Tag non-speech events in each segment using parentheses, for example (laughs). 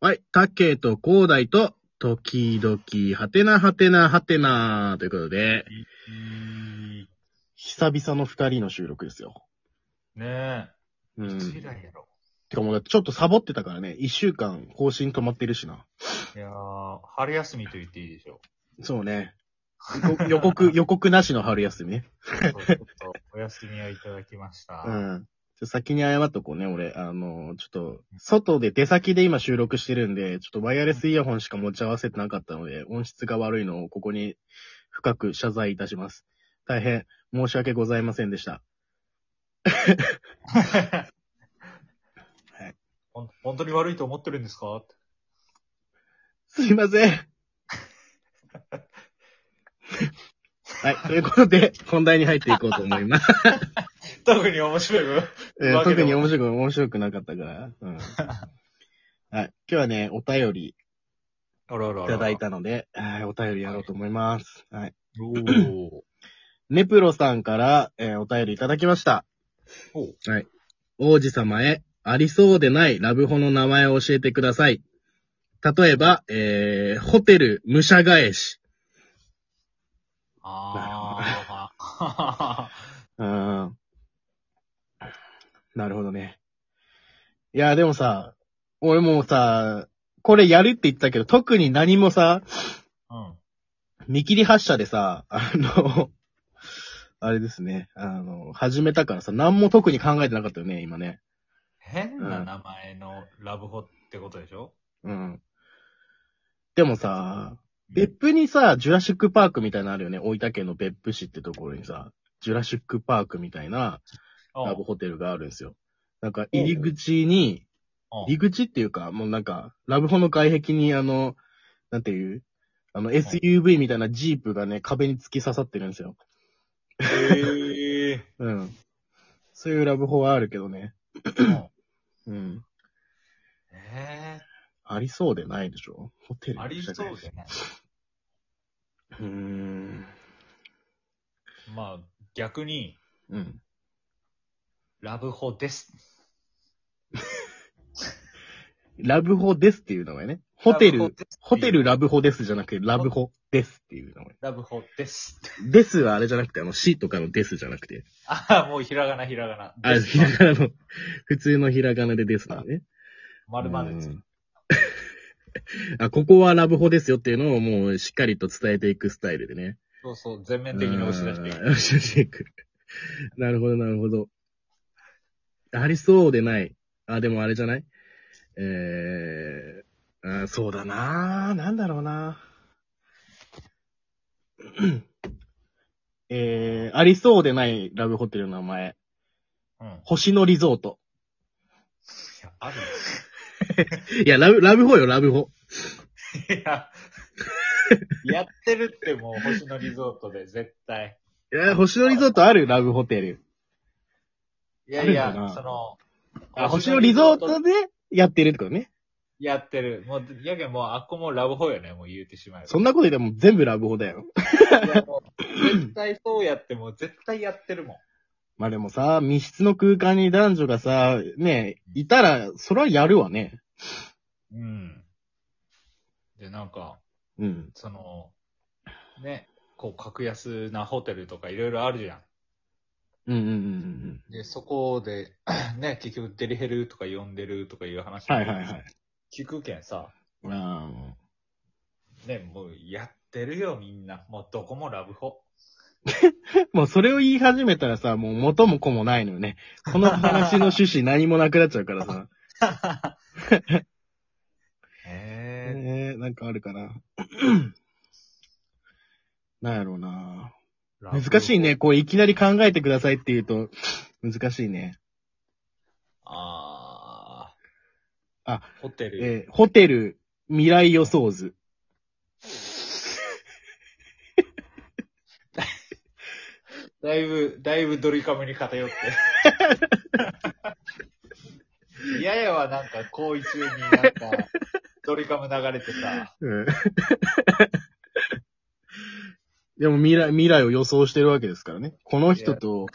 はい。タケとコウダイと、時々、はてなはてなはてなということで、久々の二人の収録ですよ。ねうえ。いつ以ん。来やろ。てかもうだってちょっとサボってたからね、一週間更新止まってるしな。いやー、春休みと言っていいでしょそうね。予予告、予告なしの春休みね。う。ちょっとお休みをいただきました。うん。ちょ先に謝っとこうね、俺。あの、ちょっと、外で出先で今収録してるんで、ちょっとワイヤレスイヤホンしか持ち合わせてなかったので、音質が悪いのをここに深く謝罪いたします。大変申し訳ございませんでした。いほん本当に悪いと思ってるんですかすいません。(laughs) はい。ということで、本題に入っていこうと思い (laughs) ます。特に面白い部分。えー特に面白く、面白くなかったから。 (laughs) うん。はい。今日はね、お便りあらあらあら。いただい。たので、はいお便りやろうと思います。はい。おー。 (laughs) ネプロさんから、えーお便りいただきました。おう王子様へ、ありそうでないラブホの名前を教えてください。例えば、えー、ホテル、武者返し。あー。うーん。なるほどね。いや、でもさ、俺もうさ、これやるって言ったけど、特に何もさ、 (laughs) うん。見切り発車でさ、あの、 (laughs) あれですね、あの、始めたからさ、何も特に考えてなかったよね、今ね。変な名前のラブホってことでしょうん。でもさ、別府にさ、ジュラシックパークみたいなのあるよね。大分県の別府市ってところにさ、ジュラシックパークみたいなラブホテルがあるんですよ。なんか入り口に、うん入り口っていうか、もうなんか、ラブホの外壁にあの、なんていうあの SUV みたいなジープがね、壁に突き刺さってるんですよ。(laughs) へえ。うん。そういうラブホはあるけどね。ううんん。えありそうでないでしょホテー、ルありそうだよね。うーん。まあ、逆に、うん。ラブホです。ラブホですっていう名前ね。ホテラブホル、ですホテルラブホですじゃなくて、ラブホですっていう名前。ラブホです。ですはあれじゃなくて、あの、死とかのですじゃなくて、ああ、もうひらがな、ひらがな。あ、ですひらがなの、普通のひらがなでですだね。丸までうつ。んあ、ここはラブホですよっていうのをもうしっかりと伝えていくスタイルでね。そうそう、全面的に押し出していく。うん押し出していく。なるほど、なるほど。ありそうでない。あ、でもあれじゃないえー、あそうだななんだろうなえー、ありそうでないラブホテルの名前。うん。い星野リゾート。や、あ (laughs) るいや、ラブ、ラブホよ、ラブホ。よいや、やってるってもう星野リゾートで、絶対。いや、星野リゾートあるラブホテル。いやいあるのかやな、その、あ、星野リゾートでやってるってことね。やってる。もう、やけんもう、あっこもラブホよね、もう言うてしまえば。そんなこと言っても全部ラブホだよ。いやもう絶対そうやって、もう絶対やってるもん。まあでもさ、密室の空間に男女がさ、ねいたら、それはやるわね。うん。で、なんか、うん。その、ね、こう、格安なホテルとかいろいろあるじゃん。うんうんうんで、そこで、 (clears throat) ね、結局デリヘルとか呼んでるとかいう話うん。はいはいはい。聞くけんさ、あね、もうやってるよみんな。もうどこもラ (laughs) ブホ。ーもうそれを言い始めたらさ、もう元も子もないのよね。この話の趣旨何もなくなっちゃうから (laughs) さ。へえ。えー、なんかあるかな。 (clears throat) なんやろうなラブホ難しいね。。こういきなり考えてくださいって言うと、難しいね。ああ。あ、ホテル。えーホテル、未来予想図。だいぶ、だいぶドリカムに (laughs) 偏って。ややはなんか、行為中になんか、ドリカム流れてさ、 (laughs) うんでも未来、未来を予想してるわけですからね。この人と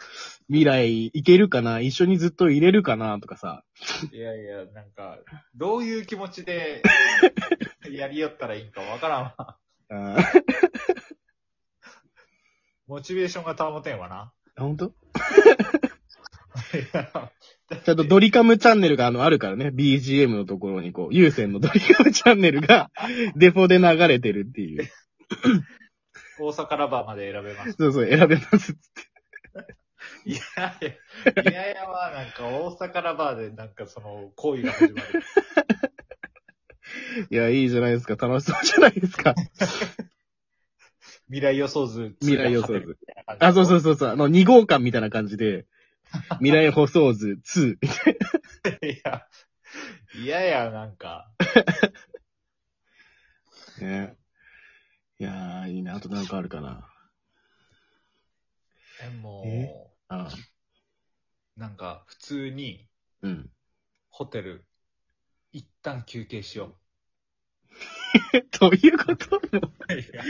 未来いけるかな一緒にずっと入れるかなとかさ。いやいや、なんか、どういう気持 (laughs) ちで、やりよったらいいんかわからんわ。あ (laughs) モチベーションが保てんわな。 (laughs) ーほんといやちゃんとドリカムチャンネルがあの、あるからね。BGM のところにこう、有線のドリカムチャンネルが (laughs) デフォで流れてるっていう。大阪ラバーまで選べます。そうそう、選べます。いやいや、いやいやはなんか大阪ラバーでなんかその行為が始まる。いや、いいじゃないですか。楽 (laughs) しそうじゃないですか。未来予想図。未来予想図。みたいな感あ、じ。そうそうそうそう。あの、2号館みたいな感じで、未来放送図2。いや、いやいや、なんか。ね。いやー、いいな。あとなんかあるかな。えもえう、あなんか普通にーうん。ホテル、一旦休憩しよどういうことう。いや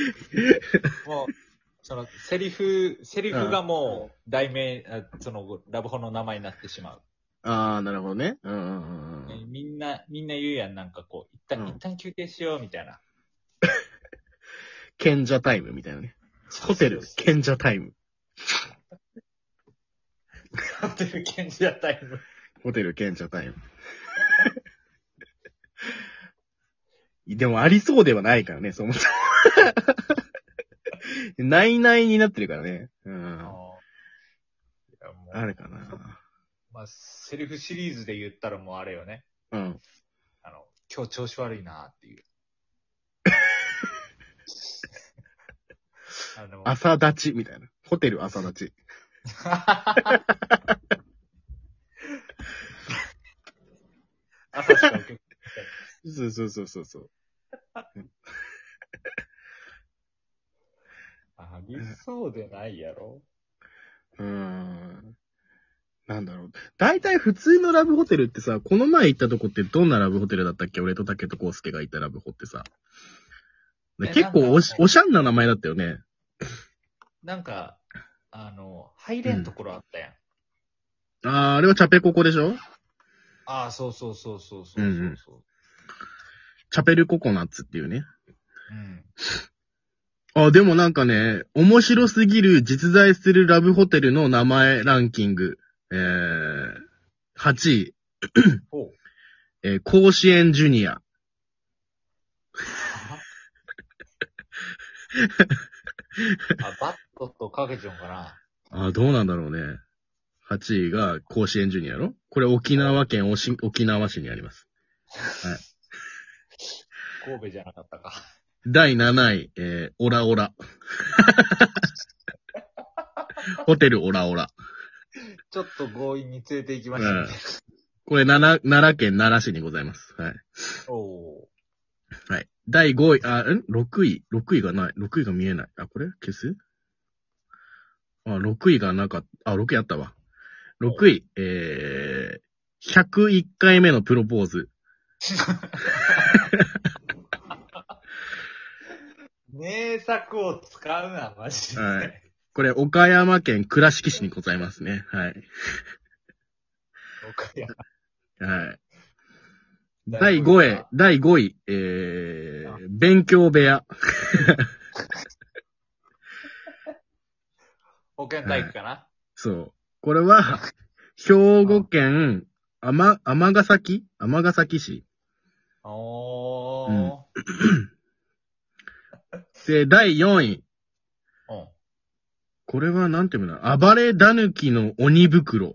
(laughs) もう、そのセリフ、セリフがもう題名、あそのラブホの名前になってしまう。あー、なるほどね。うんうんうんうん。みんな、みんな言うやん、なんかこう、一旦、うん一旦休憩しようみたいな。賢者タイムみたいなね。ホテルそう、そう賢者タイム。ホテル賢者タイム。ホテル賢者タイム。 (laughs) でもありそうではないからね、そもそ (laughs) も。ないないになってるからね。うん。ああのいやもうるかな。まあ、セリフシリーズで言ったらもうあれよね。うん。あの、今日調子悪いなって (laughs) いう。 (laughs) あの、朝立ちみたいな。ホテル朝立ち。朝しか受けそうそうそうそうそう。ありそうでないやろ。うーん。なんだろう。大体普通のラブホテルってさ、この前行ったとこってどんなラブホテルだったっけ俺と竹と康介が行ったラブホってさ。え結構おしなんかおしゃんな名前だったよね。なんか、あの、入れんところあったやん。あー、あれはチャペココでしょああ、そうそうそうそうそうそう。うんうんチャペルココナッツっていうね。うんあー、でもなんかね、面白すぎる実在するラブホテルの名前ランキング。えー、8位、ほう。えー甲子園ジュニア。あ、バットとかけちゃうんかな。あ、どうなんだろうね。8位が甲子園ジュニアやろこれ沖縄県おし沖縄市にあります。神戸じゃなかったか。第7位、えー、オラオラ。 (laughs) ホテルオラオラ。ちょっと強引に連れて行きましうたんね。これ奈良、奈良県奈良市にございます。はい。おおはい。第5位、あ、ん ?6 位。6位がない。6位が見えない。あ、これ消すあ、6位がなかった。あ、6位あったわ。6位、えー、101回目のプロポーズ。ー。名作を使うな、マジで。はこれ、岡山県倉敷市にございますね。はい。岡山はい。第第五5位位は、第5位、えあー、勉強部屋。保健体育かな、そう。これは、兵庫県、甘、甘ヶ崎甘ヶ崎市。おー。ううんで、第4位。ん。これは、なんていうのかな暴れだぬきの鬼 (laughs) 袋。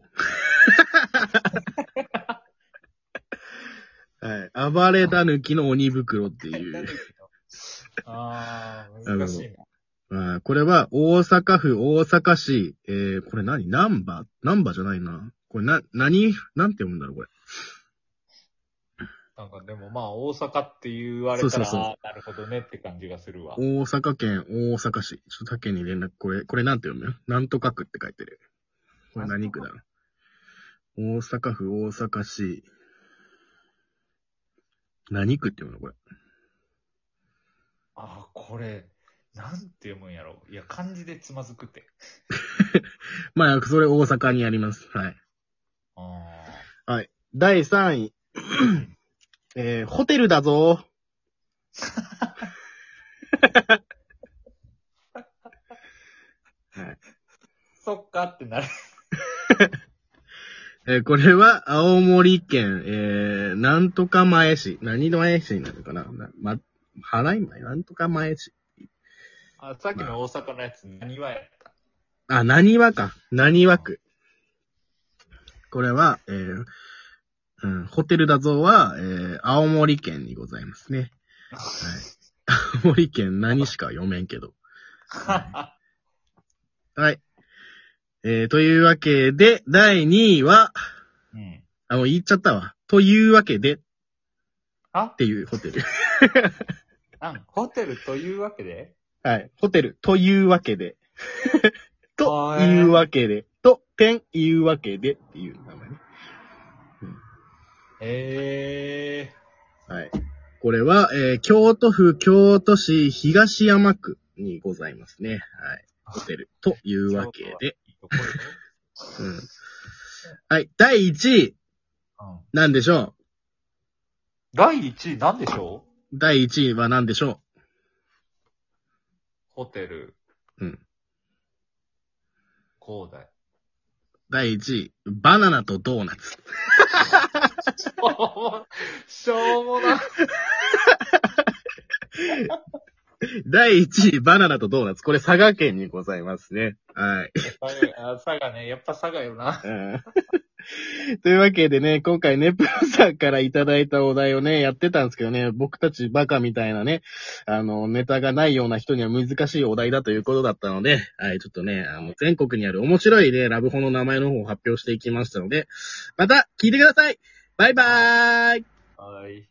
はい。暴れだぬきの鬼袋っていう。あー、難しいな。あーこれは大阪府大阪市、えー、これ何ナンバーナンバーじゃないな。これな、何なんて読むんだろうこれ。なんかでもまあ大阪って言われたら、そうそうそうあーなるほどねって感じがするわ。大阪県大阪市。ちょっと他県に連絡、これ、これなんて読むなんとか区って書いてる。これ何区だろう大阪府大阪市。何区って読むのこれ。あー、これ、なんて読むんやろいや、漢字でつまずくって。まあ、それ大阪にあります。はい。ああ。第3位。えー、ホテルだぞー。はいそっかってなる。えーこれは、青森県、えー、なんとか前市。何の前市になるかななま、払い前なんとか前市。あ、さっきの大阪のやつ、何はやった。あ、何わか。何わ区。これは、えー、うん、ホテルだぞーは、えー、青森県にござい (laughs) ますね。はい。青森県何しか読めんけど。はい。えー、というわけで、第2位は、うん。あ、もう言っちゃったわ。というわけでっあ、ていうホテル。 (laughs) あ、ホテルというわけではい。ホテル、というわけで。 (laughs) とあーいうわけで。と、点いうわけでっていう名前ね。ええはい。これは、えー京都府京都市東山区にございますね。はい。ホテル、というわけで。ー。いいところようん。はい。第1位、うん。なんでしょ第1位なんでしょうう第1位は何でしょホテル。うん。広大。う第1位、バナナとドーナツ。しょうも、 (laughs) しょうもな。第1位、バナナとドーナツ。これ、佐賀県にございますね。はい。あ佐賀ね、やっぱ佐賀よな。 (laughs) というわけでね、今回ね、プロさんからいただいたお題をね、やってたんですけどね、僕たちバカみたいなね、あの、ネタがないような人には難しいお題だということだったので、はい、ちょっとね、あの、全国にある面白いね、ラブホの名前の方を発表していきましたので、また聞いてくださいバイバーイはい。